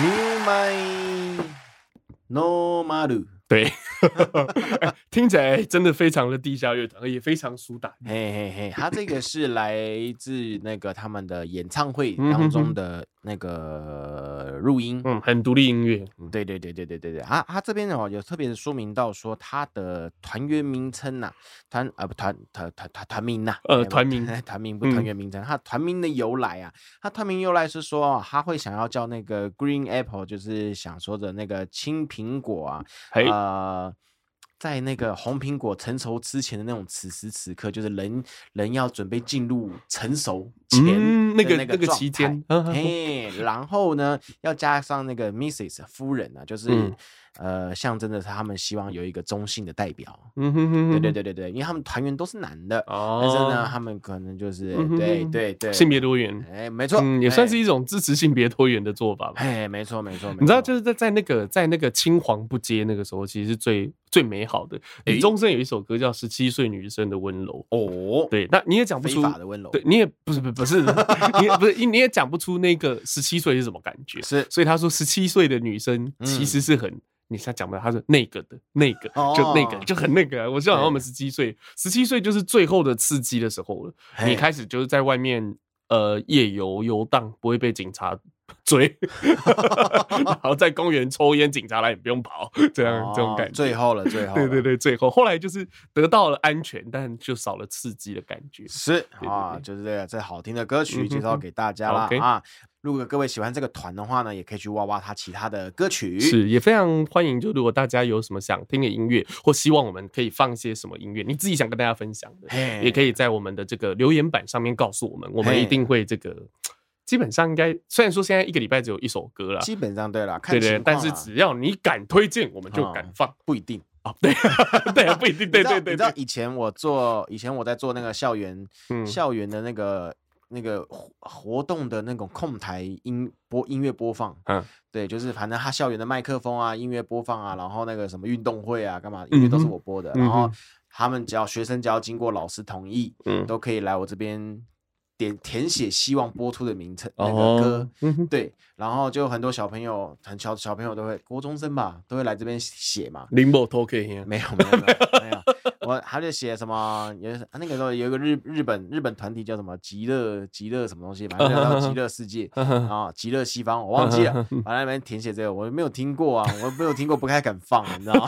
new my normal，对， (laughs) 哎听起来真的非常的地下乐团，也非常苏打。嘿嘿嘿，他这个是来自那个他们的演唱会嗯哼当中哼的那个录音，嗯，很独立音乐。嗯对对对对对对对，他他这边哦有特别的说明到说他的团员名称呐、团呃不团团团团团名呐、呃哎不团名 (laughs) 团名不是团嗯员名称，他团名的由来啊，他团名由来是说哦他会想要叫那个 Green Apple，就是想说的那个青苹果啊，嘿，呃，在那个红苹果成熟之前的那种此时此刻，就是人人要准备进入成熟前的嗯那那个那个状期态间嗯嗯嗯嘿，然后呢，要加上那个 Mrs 夫人啊，就是、嗯呃，象征着他们希望有一个中性的代表。嗯哼哼对哼，对对对对，因为他们团员都是男的，哦，但是呢，他们可能就是、嗯哼对哼对对性别多元，哎，没错，嗯，也算哎是一种支持性别多元的做法吧。哎，没错没错，没你知道，错就是在在那个在那个青黄不接那个时候，其实是最最美好的。李宗盛有一首歌叫《十七岁女生的温柔》，哦，对，那你也讲不非出，法的温柔，对，你也不是不是不是，你也不是你也讲不出那个十七岁是什么感觉。是所以他说十七岁的女生嗯其实是很，你像讲的，他是那个的那个，就那个哦就很那个啊。我希望对他们十七岁，十七岁就是最后的刺激的时候了。你嘿开始就是在外面呃夜游游荡，不会被警察 (laughs) 追， (laughs) 然后在公园抽烟，警察来也不用跑，这样、这种哦感觉。最后了，最后了，对对对，最后后来就是得到了安全，但就少了刺激的感觉。是对啊，对就是这个这好听的歌嗯曲哼介绍哼给大家啦 OK 啊！如果各位喜欢这个团的话呢，也可以去挖挖他其他的歌曲。是，也非常欢迎。就如果大家有什么想听的音乐，或希望我们可以放些什么音乐，你自己想跟大家分享的，嘿，也可以在我们的这个留言板上面告诉我们，我们嘿一定会这个。基本上应该，虽然说现在一个礼拜只有一首歌啦，基本上对了，看对情对，况啊但是啦只要你敢推荐，我们就敢嗯放 (laughs) 不一定。啊。对对啊，不一定，对你知道对你对知道对，以前我做，以前我在做那个校园嗯校园的那个那个活活动的那种控台音播音乐播放，嗯，对，就是反正他校园的麦克风啊、音乐播放啊，然后那个什么运动会啊、干嘛，音乐都嗯是哼我播的，嗯然后哼他们只要学生只要经过老师同意，嗯都可以来我这边点填写希望播出的名称那个歌哦。，嗯哼对，然后就很多小朋友，很小小朋友都会，国中生吧，都会来这边写嘛。林某都可以啊，没有没有没有没有，我他就写什么有那个时候有一个日日本日本团体叫什么极乐极乐什么东西，反正叫极乐世界嗯啊，极乐西方，我忘记了。反正那边填写这个，我没有听过啊，我没有听过，不太敢放，你知道吗？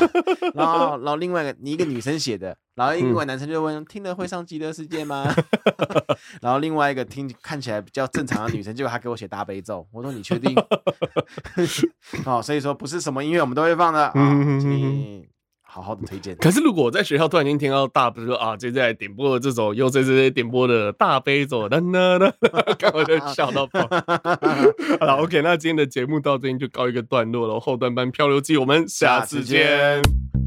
然后然后另外一个一个女生写的，然后嗯另外男生就问听了会上极乐世界吗？ (laughs) 然后另外一个听看起来比较正常的女生，结果她给我写大悲咒，我说你确定？ (laughs) 哦，所以说不是什么音乐我们都会放的啊，嗯请你好好的推荐。 (laughs) 可是如果我在学校突然间听到大悲说啊，接下来点播的这首又这这点播的大悲咒，那那 (laughs) 那，看我就笑到爆。 (laughs) 好了，OK，那今天的节目到这边就告一个段落了。后段班漂流记，我们下次下次见见。